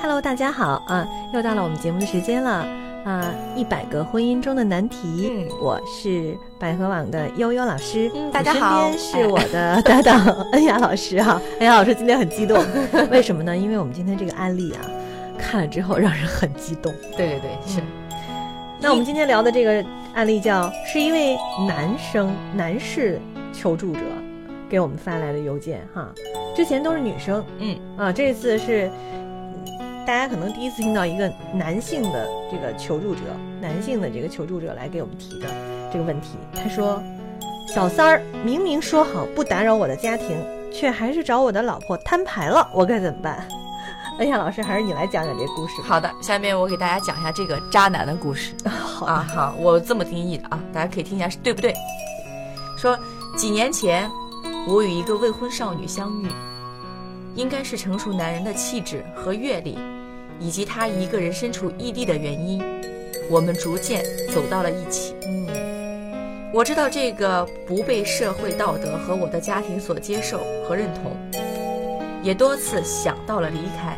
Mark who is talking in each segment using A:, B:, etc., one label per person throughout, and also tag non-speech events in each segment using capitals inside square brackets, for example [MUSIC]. A: Hello，大家好啊，又到了我们节目的时间了啊！一百个婚姻中的难题，
B: 嗯
A: 我是百合网的悠悠老师。
B: 嗯
A: 我
B: 大家好哎
A: 身边是我的 [LAUGHS] 搭档恩雅老师哈、恩雅老师今天很激
B: [LAUGHS]
A: 动，为什么呢？因为我们今天这个案例啊，看了之后让人很激动。
B: 对对对，是、
A: 那我们今天聊的这个案例叫是一位男生男士求助者给我们发来的邮件哈，之前都是女生，
B: 嗯
A: 啊，这次是嗯大家可能第一次听到一个男性的这个求助者，男性的这个求助者来给我们提的这个问题，他说：“小三儿明明说好不打扰我的家庭，却还是找我的老婆摊牌了，我该怎么办？” [LAUGHS] 哎呀，老师，还是你来讲讲这故事吧。
B: 好的。下面我给大家讲一下这个渣男的故事
A: 好
B: 啊，好，我这么定义的啊，大家可以听一下是对不对？说几年前，我与一个未婚少女相遇，应该是成熟男人的气质和阅历，以及他一个人身处异地的原因，我们逐渐走到了一起。
A: 嗯
B: 我知道这个不被社会道德和我的家庭所接受和认同，也多次想到了离开，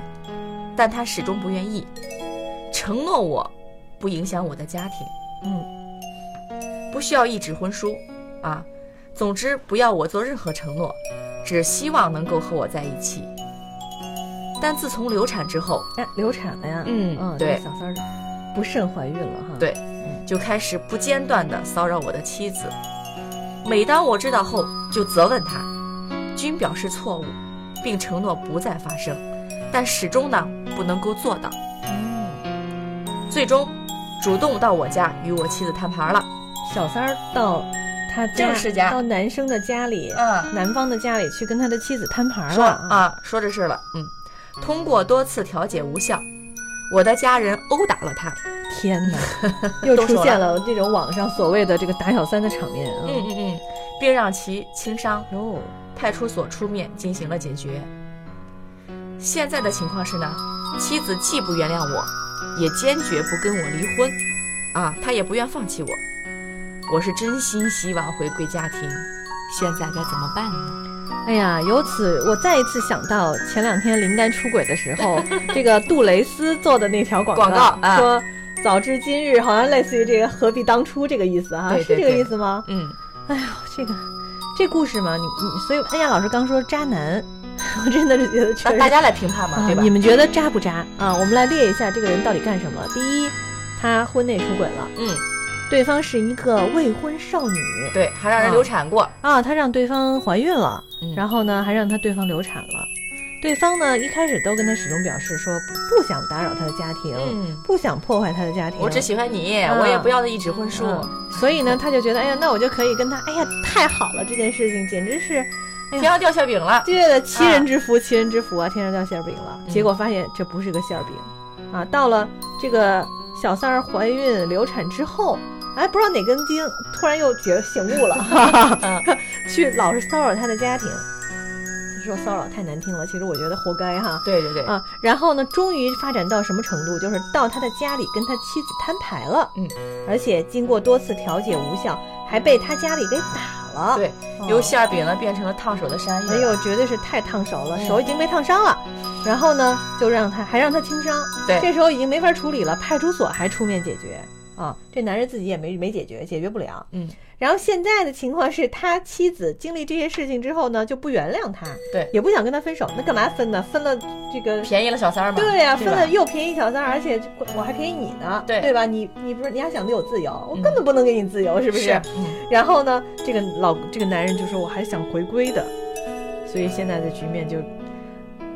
B: 但他始终不愿意，承诺我不影响我的家庭，
A: 嗯
B: 不需要一纸婚书，啊，总之不要我做任何承诺，只希望能够和我在一起。但自从流产之后，
A: 哎，流产了呀？
B: 嗯
A: 嗯，
B: 对
A: 这个小三儿不慎怀孕了哈。
B: 对就开始不间断地骚扰我的妻子。每当我知道后，就责问他，均表示错误，并承诺不再发生，但始终呢不能够做到。
A: 嗯，
B: 最终，主动到我家与我妻子摊牌了。
A: 小三儿到他家
B: 正式家
A: 到男生的家里，
B: 嗯，
A: 男方的家里去跟他的妻子摊牌
B: 说
A: 了
B: 啊，说这事了。嗯，通过多次调解无效，我的家人殴打了他。
A: 天哪，
B: [LAUGHS]
A: 又
B: 动手
A: 出
B: 了
A: 现了这种网上所谓的这个打小三的场面啊！
B: 嗯嗯嗯，并让其轻伤。
A: 哟，
B: 派出所出面进行了解决。现在的情况是呢，妻子既不原谅我，也坚决不跟我离婚，啊，她也不愿放弃我。我是真心希望回归家庭，现在该怎么办呢？嗯
A: 哎呀，由此我再一次想到前两天林丹出轨的时
B: [LAUGHS]
A: 候，这个杜蕾斯做的那条广告，
B: 广告啊
A: 说早知今日，好像类似于这个何必当初这个意思啊，
B: 对对
A: 是这个
B: 对
A: 意思吗？
B: 嗯，
A: 哎呦，这个这故事嘛，你你所以恩雅老师刚说渣男， [LAUGHS] 我真的是觉得确
B: 那
A: 实
B: 大家来评判嘛，
A: 啊，
B: 对吧
A: 你？ [LAUGHS] 们觉得渣不渣啊？我们来列一下这个人到底干什么。第一，他婚内出轨了，
B: 嗯，
A: 对方是一个未婚少女
B: 对，还让人流产过，
A: 啊，他让对方怀孕了，
B: 嗯
A: 然后呢还让他对方流产了。对方呢一开始都跟他始终表示说不不想打扰他的家庭，
B: 嗯，
A: 不想破坏他的家庭，
B: 我只喜欢你，
A: 啊
B: 我也不要那一纸婚书，
A: 嗯所以呢，他就觉得，哎呀，那我就可以跟他，哎呀，太好了，这件事情简直是
B: 天上掉馅饼了。
A: 对的，欺人之福，欺人之福啊！天上掉馅儿饼了，
B: 嗯
A: 结果发现这不是个馅儿饼，啊，到了这个小三儿怀孕流产之后，哎，不知道哪根筋突然又觉醒悟了， [LAUGHS] 哈哈哈，去老是骚扰他的家庭，说骚扰太难听了，其实我觉得活该哈。
B: 对对对，
A: 啊，然后呢，终于发展到什么程度？就是到他的家里跟他妻子摊牌了，
B: 嗯，
A: 而且经过多次调解无效，还被他家里给打了，
B: 对，
A: 哦
B: 由馅饼呢变成了烫手的山
A: 哎
B: 芋。
A: 呦，绝对是太烫手了，
B: 啊嗯
A: 手已经被烫伤了。然后呢，就让他还让他轻伤，
B: 对
A: 这时候已经没法处理了，派出所还出面解决啊，这男人自己也没没解决，解决不了。
B: 嗯，
A: 然后现在的情况是他妻子经历这些事情之后呢，就不原谅他，
B: 对
A: 也不想跟他分手，那干嘛分呢？分了这个。
B: 便宜了小三儿嘛。
A: 对呀、
B: 对
A: 分
B: 吧
A: 了又便宜小三儿，而且我还便宜你呢，
B: 对
A: 吧？你你不是你还想对我自由，我
B: 嗯
A: 根本不能给你自由，是不是？
B: 嗯，
A: 然后呢，这个老这个男人就说我还是想回归的，所以现在的局面就，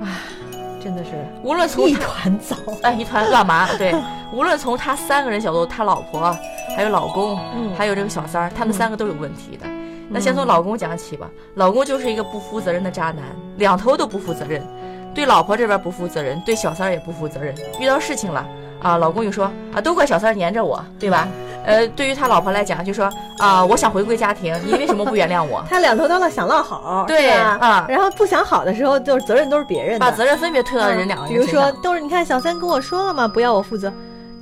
A: 啊，真的是
B: 无论从
A: 一
B: 他
A: 团糟。
B: 哎一团乱
A: [LAUGHS]
B: 麻，对，无论从他三个人角度，他老婆还有老公，
A: 嗯
B: 还有这个小三儿，他们
A: 嗯？
B: 三个都有问题的。那先从老公讲起吧，老公就是一个不负责任的渣男，两头都不负责任，对老婆这边不负责任，对小三儿也不负责任。遇到事情了啊，老公就说啊，都怪小三儿粘着我，对吧？呃，对于他老婆来讲，就说啊，我想回归家庭，你为什么不原谅我
A: 他两头当了想落 [LAUGHS] 好，
B: 对
A: 是吧
B: 啊
A: 然后不想好的时候，就是责任都是别人的，
B: 把责任分别推到人
A: 嗯
B: 两个人
A: 比如
B: 身上
A: 说，都是你看小三跟我说了嘛，不要我负责。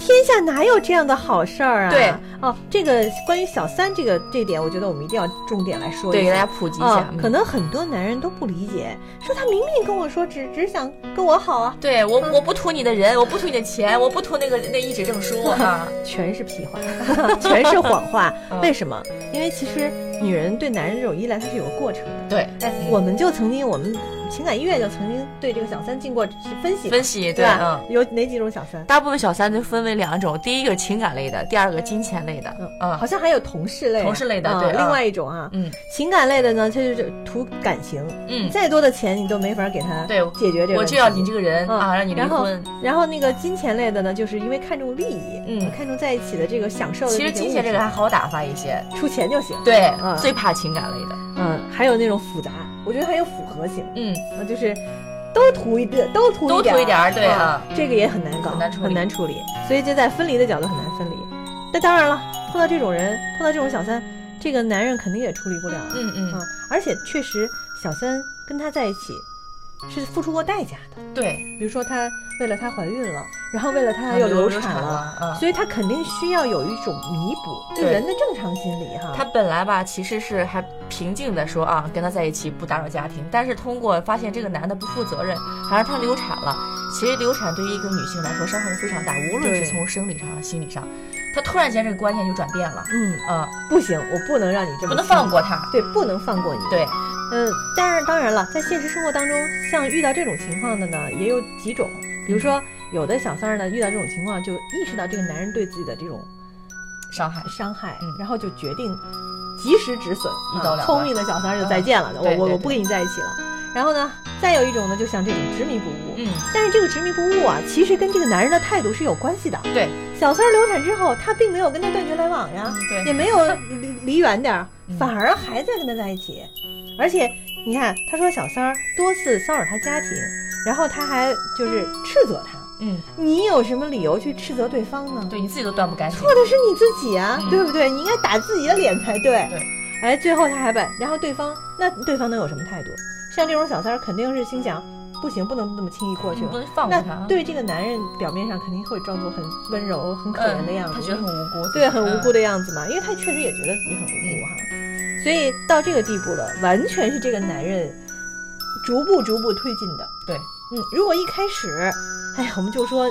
A: 天下哪有这样的好事儿啊？
B: 对，
A: 哦，这个关于小三这个这一点，我觉得我们一定要重点来说
B: 对，
A: 一
B: 给大
A: 下
B: 家。普及一
A: 啊、
B: 下。嗯
A: 可能很多男人都不理解，说他明明跟我说只只想跟我好啊，
B: 对我，我不图你的人，我不图你的钱，我不图那个那一纸
A: [LAUGHS]
B: 证书啊。
A: 全是屁话， [LAUGHS] 全是谎话。
B: 嗯
A: 为什么？因为其实女人对男人这种依赖，它是有个过程的。
B: 对，
A: 哎，我们就曾经，我们情感医院就曾经对这个小三进过分析嘛，
B: 分析
A: 对啊
B: 对，
A: 吧？
B: 嗯。
A: 有哪几种小三？
B: 大部分小三就分为两种，第一个是情感类的，第二个金钱类的
A: 嗯。好
B: 嗯
A: 像还有同事类啊、
B: 同事类的
A: 啊
B: 对啊
A: 另外一种啊，
B: 嗯
A: 情感类的呢，它就是图感情，
B: 嗯，
A: 再多的钱你都没法给他
B: 对
A: 解决这个问题。
B: 我就要你这个人
A: 嗯
B: 啊，让你离
A: 然后
B: 婚。
A: 然后那个金钱类的呢，就是因为看重利益，
B: 嗯
A: 看重在一起的这个享受的
B: 其
A: 这些
B: 实金钱
A: 物
B: 这
A: 质
B: 个还好打发一些，
A: 出钱就行。
B: 对，
A: 嗯
B: 最怕情感类的。
A: 嗯，还有那种复杂，我觉得还有复合型，
B: 嗯，
A: 啊，就是都图一个，都图
B: 都
A: 点
B: 图
A: 儿嗯
B: 一点儿，对啊。
A: 这个也很难搞，
B: 很难处理
A: 处理所以就在分离的角度很难分离。那当然了，碰到这种人，碰到这种小三，这个男人肯定也处理不了啊。
B: 嗯
A: 啊
B: 嗯，
A: 而且确实，小三跟他在一起是付出过代价的，
B: 对，
A: 比如说她为了他怀孕了，然后为了他
B: 他
A: 又
B: 流
A: 产啊了。
B: 了，嗯。
A: 所以他肯定需要有一种弥补，就
B: 对
A: 人的正常心理哈。
B: 他本来吧，其实是还平静的说啊，跟他在一起不打扰家庭，但是通过发现这个男的不负责任，还让他流产了。其实流产对于一个女性来说伤害是非常大，无论
A: 对
B: 是从生理上、心理上，他突然间这个观念就转变了，
A: 嗯，
B: 啊，
A: 不行，我不能让你这么
B: 不能放
A: 过，
B: 过他。
A: 对，不能放过你。
B: 对，
A: 嗯，当然当然了，在现实生活当中，像遇到这种情况的呢，也有几种，比如说有的小三儿呢，遇到这种情况就意识到这个男人对自己的这种
B: 伤害
A: 伤害，
B: 嗯
A: 然后就决定及时止损，
B: 一
A: 啊
B: 刀两断嗯
A: 聪明的小三儿就再见了，我
B: 对
A: 我
B: 对
A: 我不跟你在一起了。然后呢，再有一种呢，就像这种执迷不悟，
B: 嗯，
A: 但是这个执迷不悟啊，其实跟这个男人的态度是有关系的。
B: 对，
A: 小三儿流产之后，他并没有跟他断绝来往呀，
B: 对
A: 也没有离离远点儿，
B: 嗯
A: 反而还在跟他在一起。而且你看，他说小三儿多次骚扰他家庭，然后他还就是斥责他，
B: 嗯，
A: 你有什么理由去斥责对方呢？
B: 对你自己都断不干净
A: 错。的是你自己啊，
B: 嗯
A: 对不对？你应该打自己的脸才对。
B: 对
A: 哎，最后他还把，然后对方那对方能有什么态度？像这种小三儿肯定是心想，不行，不能这么轻易过去
B: 你
A: 了
B: 嗯不。能放过他
A: 那，对这个男人表面上肯定会装作很温柔、很可怜的样子，
B: 嗯他觉得很无辜，嗯
A: 对很无辜
B: 的，
A: 的样子嘛，因为他确实也觉得自己很无辜哈，所以到这个地步了，完全是这个男人逐步逐步推进的。
B: 对，
A: 嗯，如果一开始，哎呀，我们就说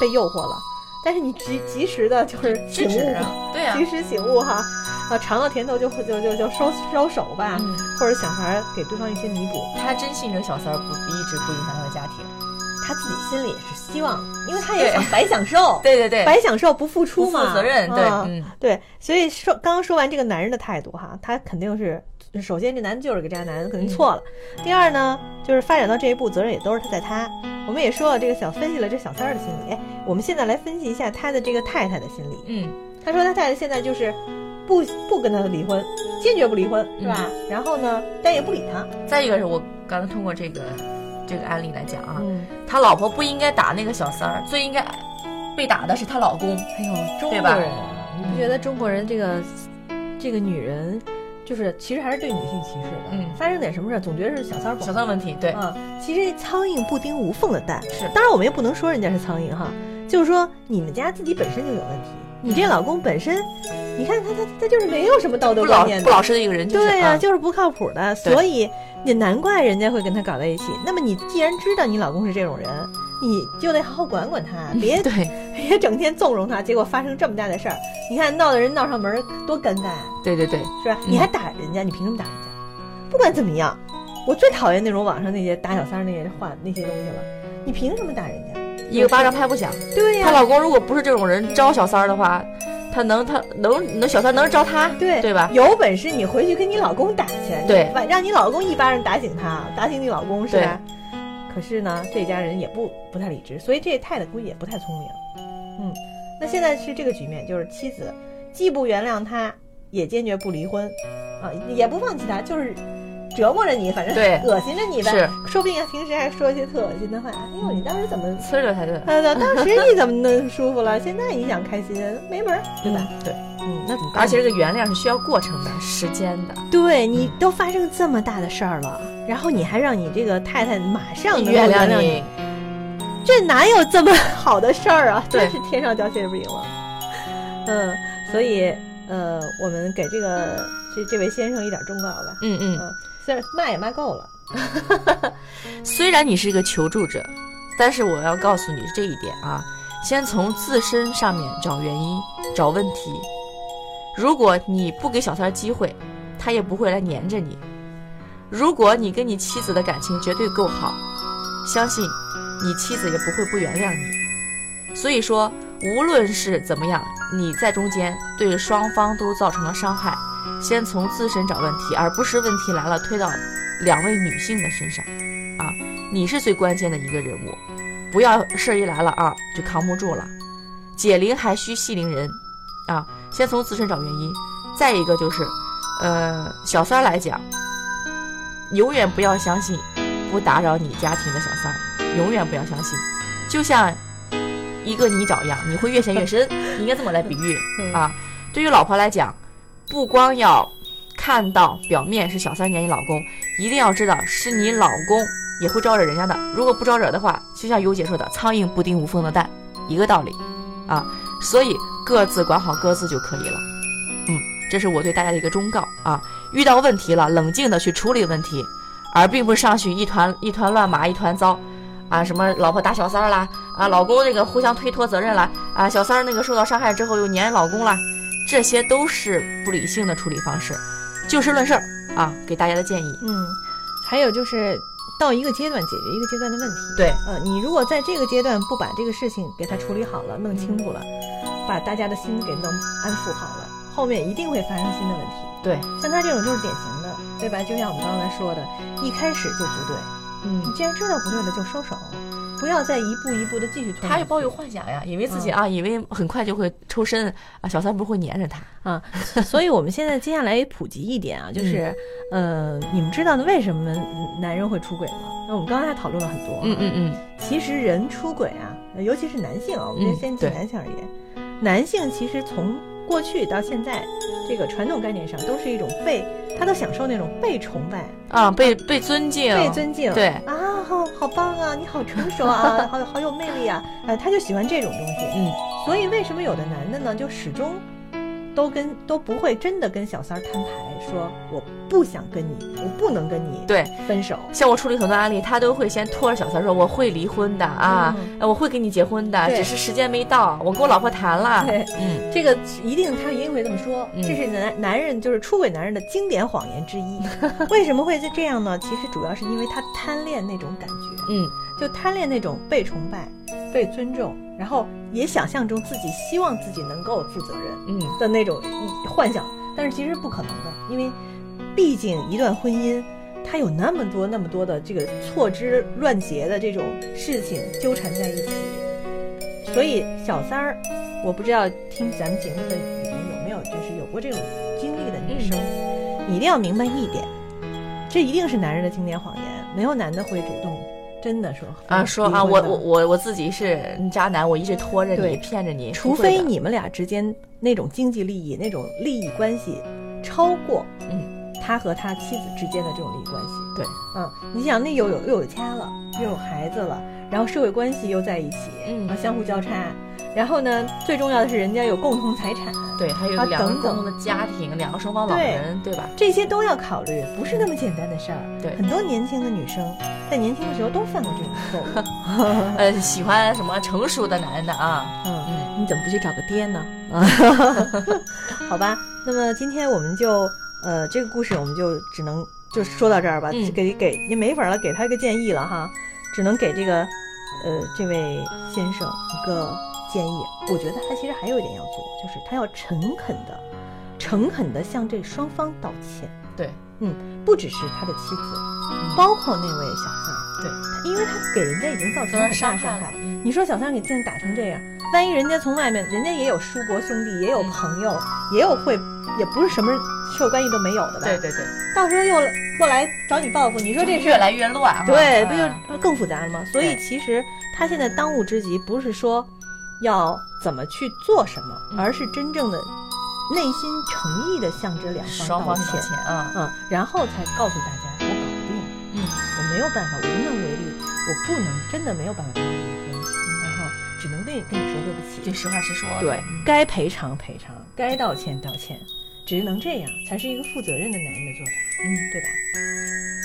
A: 被诱惑了，但是你及及时的就是醒
B: 制止
A: 悟，
B: 啊，对啊
A: 及，时醒悟哈，啊，尝到甜头就就就就收收手吧，
B: 嗯，
A: 或者小孩儿给对方一些弥补，
B: 他真信这个小三儿不一直不影响他的家庭，
A: 他自己心里也是希望，因为他也想白享受。
B: 对对对，
A: 白享受不付出
B: 不
A: 嘛，
B: 负责任，对，
A: 啊
B: 嗯，
A: 对，所以说刚刚说完这个男人的态度哈，他肯定是，首先这男的就是个渣男，肯定错了。
B: 嗯
A: 第二呢，就是发展到这一步，责任也都是他在他。我们也说了这个小分析了这小三儿的心理，哎，我们现在来分析一下他的这个太太的心理。
B: 嗯，
A: 他说他太太现在就是不不跟他离婚，坚决不离婚，是吧？
B: 嗯
A: 然后呢，但也不理他。
B: 再一个是我刚才通过这个这个案例来讲啊，
A: 嗯，
B: 他老婆不应该打那个小三儿，最应该被打的是她老公。
A: 哎呦，中
B: 对
A: 国
B: 吧嗯
A: 人啊，你不觉得中国人这个这个女人，就是其实还是对女性歧视的。
B: 嗯
A: 发生点什么事儿，总觉得是小三儿不好
B: 小。三儿问题，对，
A: 啊，其实苍蝇不叮无缝的蛋。
B: 是
A: 当然我们也不能说人家是苍蝇哈，就是说你们家自己本身就有问题，你这老公本身，你看他他他就是没有什么道德
B: 不
A: 观
B: 老
A: 念
B: 不
A: 的。
B: 老实的一个人，就是
A: 对呀、
B: 啊
A: 就是不靠谱的，所以也难怪人家会跟他搞在一起。那么你既然知道你老公是这种人，你就得好好管管他，别
B: 对
A: 别整天纵容他，结果发生这么大的事儿，你看闹的人闹上门儿多尴尬啊！
B: 对对对，
A: 是吧？
B: 嗯
A: 你还打人家，你凭什么打人家？不管怎么样，我最讨厌那种网上那些打小三儿那些话那些东西了。你凭什么打人家？
B: 一个巴掌拍不响。
A: 对
B: 她
A: 呀、
B: 老公如果不是这种人招小三儿的话，他能他能能小三能招他，
A: 对
B: 对吧？
A: 有本事你回去跟你老公打去，
B: 对
A: 把让你老公一巴掌打醒他，打醒你老公是吧？可是呢，这家人也不不太理智，所以这太太估计也不太聪明。嗯，那现在是这个局面，就是妻子既不原谅他，也坚决不离婚，啊，也不放弃他，就是折磨着你，反正
B: 对
A: 恶心着你呗。
B: 是
A: 说不定啊还平时还说一些特恶心的话。哎呦，你当时怎么？
B: 呲着才对，
A: 呃，当时你怎么能舒服了？现在你想开心，没门儿，对吧？
B: 对，
A: 嗯，那怎么办？
B: 而且这个原谅是需要过程的、时间的。
A: 对你都发生这么大的事儿了，然后你还让你这个太太马上能够
B: 原谅
A: 你，
B: 你，
A: 这哪有这么好的事 [LAUGHS] 儿啊？真
B: 对
A: 是天上掉馅饼了。嗯，所以呃，我们给这个这这位先生一点忠告吧。
B: 嗯嗯，
A: 嗯，虽然骂也骂够了，
B: 虽然你是一个求助者，但是我要告诉你这一点啊，先从自身上面找原因，找问题。如果你不给小三儿机会，他也不会来黏着你。如果你跟你妻子的感情绝对够好，相信你妻子也不会不原谅你。所以说，无论是怎么样，你在中间对双方都造成了伤害，先从自身找问题，而不是问题来了推到两位女性的身上。你是最关键的一个人物，不要事儿一来了啊就扛不住了。解铃还需系铃人，啊，先从自身找原因。再一个就是，呃，小三儿来讲，永远不要相信不打扰你家庭的小三儿，永远不要相信。就像一个泥沼一样，你会越陷越深。你应该这么来比喻
A: 嗯
B: 啊。对于老婆来讲，不光要看到表面是小三撵你老公，一定要知道是你老公也会招惹人家的。如果不招惹的话，就像尤姐说的，苍蝇不叮无缝的蛋，一个道理啊。所以各自管好各自就可以了。嗯，这是我对大家的一个忠告啊。遇到问题了，冷静的去处理问题，而并不是上去一团一团乱麻一团糟。啊，什么老婆打小三儿啦，啊，老公那个互相推脱责任啦，啊，小三儿那个受到伤害之后又撵老公啦，这些都是不理性的处理方式。就事论事儿啊，给大家的建议。
A: 嗯，还有就是到一个阶段解决一个阶段的问题。
B: 对，
A: 呃，你如果在这个阶段不把这个事情给它处理好了、弄清楚了，把大家的心给弄安抚好了，后面一定会发生新的问题。
B: 对，
A: 像他这种就是典型的，对吧？就像我们刚才说的，一开始就不对，
B: 嗯
A: 你，既然知道不对了就收手，不要再一步一步的继续拖。
B: 他又抱有幻想呀，以为
A: 嗯
B: 自己啊，以为很快就会抽身啊，小三不会粘着他。
A: 啊， [LAUGHS] 所以我们现在接下来也普及一点啊，就是，呃，你们知道的为什么男人会出轨吗？那我们刚才讨论了很多啊，
B: 嗯嗯嗯，
A: 其实人出轨啊，尤其是男性啊，我们
B: 嗯
A: 就先提
B: 对
A: 男性而言，男性其实从过去到现在，这个传统概念上都是一种被，他都享受那种被崇拜、
B: 啊，被被尊敬，
A: 嗯被尊敬，
B: 对
A: 啊，好好棒啊，你好成熟
B: [LAUGHS]
A: 啊，好好有魅力啊，呃，他就喜欢这种东西，
B: 嗯，
A: 所以为什么有的男的呢，就始终都跟都不会真的跟小三儿摊牌，说我不想跟你，我不能跟你
B: 对。
A: 分手，
B: 像我处理很多案例，他都会先拖着小三说我会离婚的啊，呃我会跟你结婚的，
A: 嗯对
B: 只是时间没到，我跟我老婆谈了。
A: 对。
B: 嗯，
A: 这个一定他一定会这么说，
B: 嗯
A: 这是男男人就是出轨男人的经典谎言之一。 [LAUGHS] 为什么会是这样呢？其实主要是因为他贪恋那种感觉，
B: 嗯，
A: 就贪恋那种被崇拜、被尊重，然后也想象中自己希望自己能够负责任
B: 嗯，
A: 的那种幻想，但是其实不可能的，因为毕竟一段婚姻。它有那么多那么多的这个错枝乱结的这种事情纠缠在一起，所以小三儿，我不知道听咱们节目的你们有没有就是有过这种经历的女生，
B: 嗯
A: 你一定要明白一点，这一定是男人的经典谎言，没有男的会主动真的说
B: 啊，说啊，
A: 离
B: 我
A: 婚的
B: 我我我自己是渣男，我一直拖着
A: 对
B: 你，骗着你，
A: 除
B: 不会
A: 非
B: 的，
A: 你们俩之间那种经济利益、那种利益关系超过，
B: 嗯，
A: 他和他妻子之间的这种利益关系。
B: 对，
A: 嗯，你想那又有又有家了，又有孩子了，然后社会关系又在一起，
B: 嗯
A: 啊，相互交叉。然后呢，最重要的是人家有共同财产，
B: 对，还有
A: 啊
B: 两个
A: 等
B: 共
A: 等
B: 同的家庭，两个双方老
A: 对
B: 人，对吧？
A: 这些都要考虑，不是那么简单的事儿。
B: 对
A: 很多年轻的女生在年轻的时候都犯过这种
B: [LAUGHS]
A: 错误。
B: 呃，喜欢什么成熟的男的啊？
A: 嗯，
B: 嗯
A: 你怎么不去找个爹呢？ [LAUGHS] 好吧，那么今天我们就呃这个故事我们就只能就说到这儿吧，
B: 嗯
A: 给给也没法了，给他一个建议了哈，只能给这个呃这位先生一个建议。我觉得他其实还有一点要做，就是他要诚恳的、诚恳的向这双方道歉。
B: 对，
A: 嗯，不只是他的妻子，
B: 嗯
A: 包括那位小三儿，
B: 对
A: 他，因为他给人家已经造成
B: 都
A: 了
B: 要
A: 很大
B: 伤
A: 伤害
B: 害。，嗯
A: 你说小三儿给自己打成这样，万一人家从外面，人家也有叔伯兄弟，也有
B: 嗯
A: 朋友，也有会，也不是什么社会关系都没有的吧？
B: 对，对对，
A: 到时候又过来找你报复，你说这事
B: 越来越乱哈，
A: 对，不
B: 啊
A: 就更复杂了吗？所以
B: 对
A: 其实他现在当务之急不是说要怎么去做什么，
B: 嗯
A: 而是真正的内心诚意的向这两
B: 双
A: 道
B: 方道
A: 歉，
B: 歉啊，
A: 嗯，然后才告诉大家我搞不定，
B: 嗯
A: 我没有办法，无能为力，我不能真的没有办法跟他离婚。嗯只能对跟你说对不起。
B: 对，实话实说。
A: 对
B: 嗯，
A: 该赔偿赔偿，该道歉道歉，只能这样才是一个负责任的男人的做法，
B: 嗯，
A: 对吧？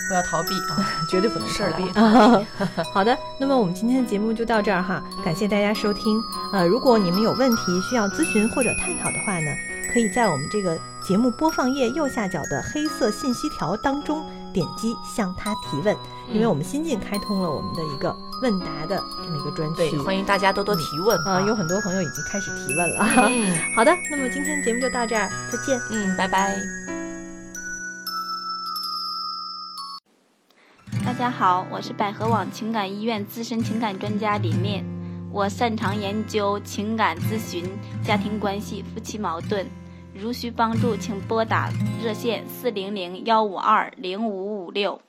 B: 不要逃避啊。
A: 绝对不能
B: 事儿
A: 逃避啊！ [LAUGHS] 好的，那么我们今天的节目就到这儿哈，
B: 嗯
A: 感谢大家收听。呃，如果你们有问题需要咨询或者探讨的话呢，可以在我们这个节目播放页右下角的黑色信息条当中点击向他提问，
B: 嗯
A: 因为我们新近开通了我们的一个问答的这么一个专
B: 嗯对
A: 区。
B: 欢迎大家多多提问
A: 啊、有很多朋友已经开始提问了。
B: 嗯
A: [LAUGHS] 好的，那么今天节目就到这儿，再见。
B: 嗯，拜拜。
C: 大家好，我是百合网情感医院资深情感专家李念，我擅长研究情感咨询、家庭关系、夫妻矛盾。如需帮助，请拨打热线四零零幺五二零五五六。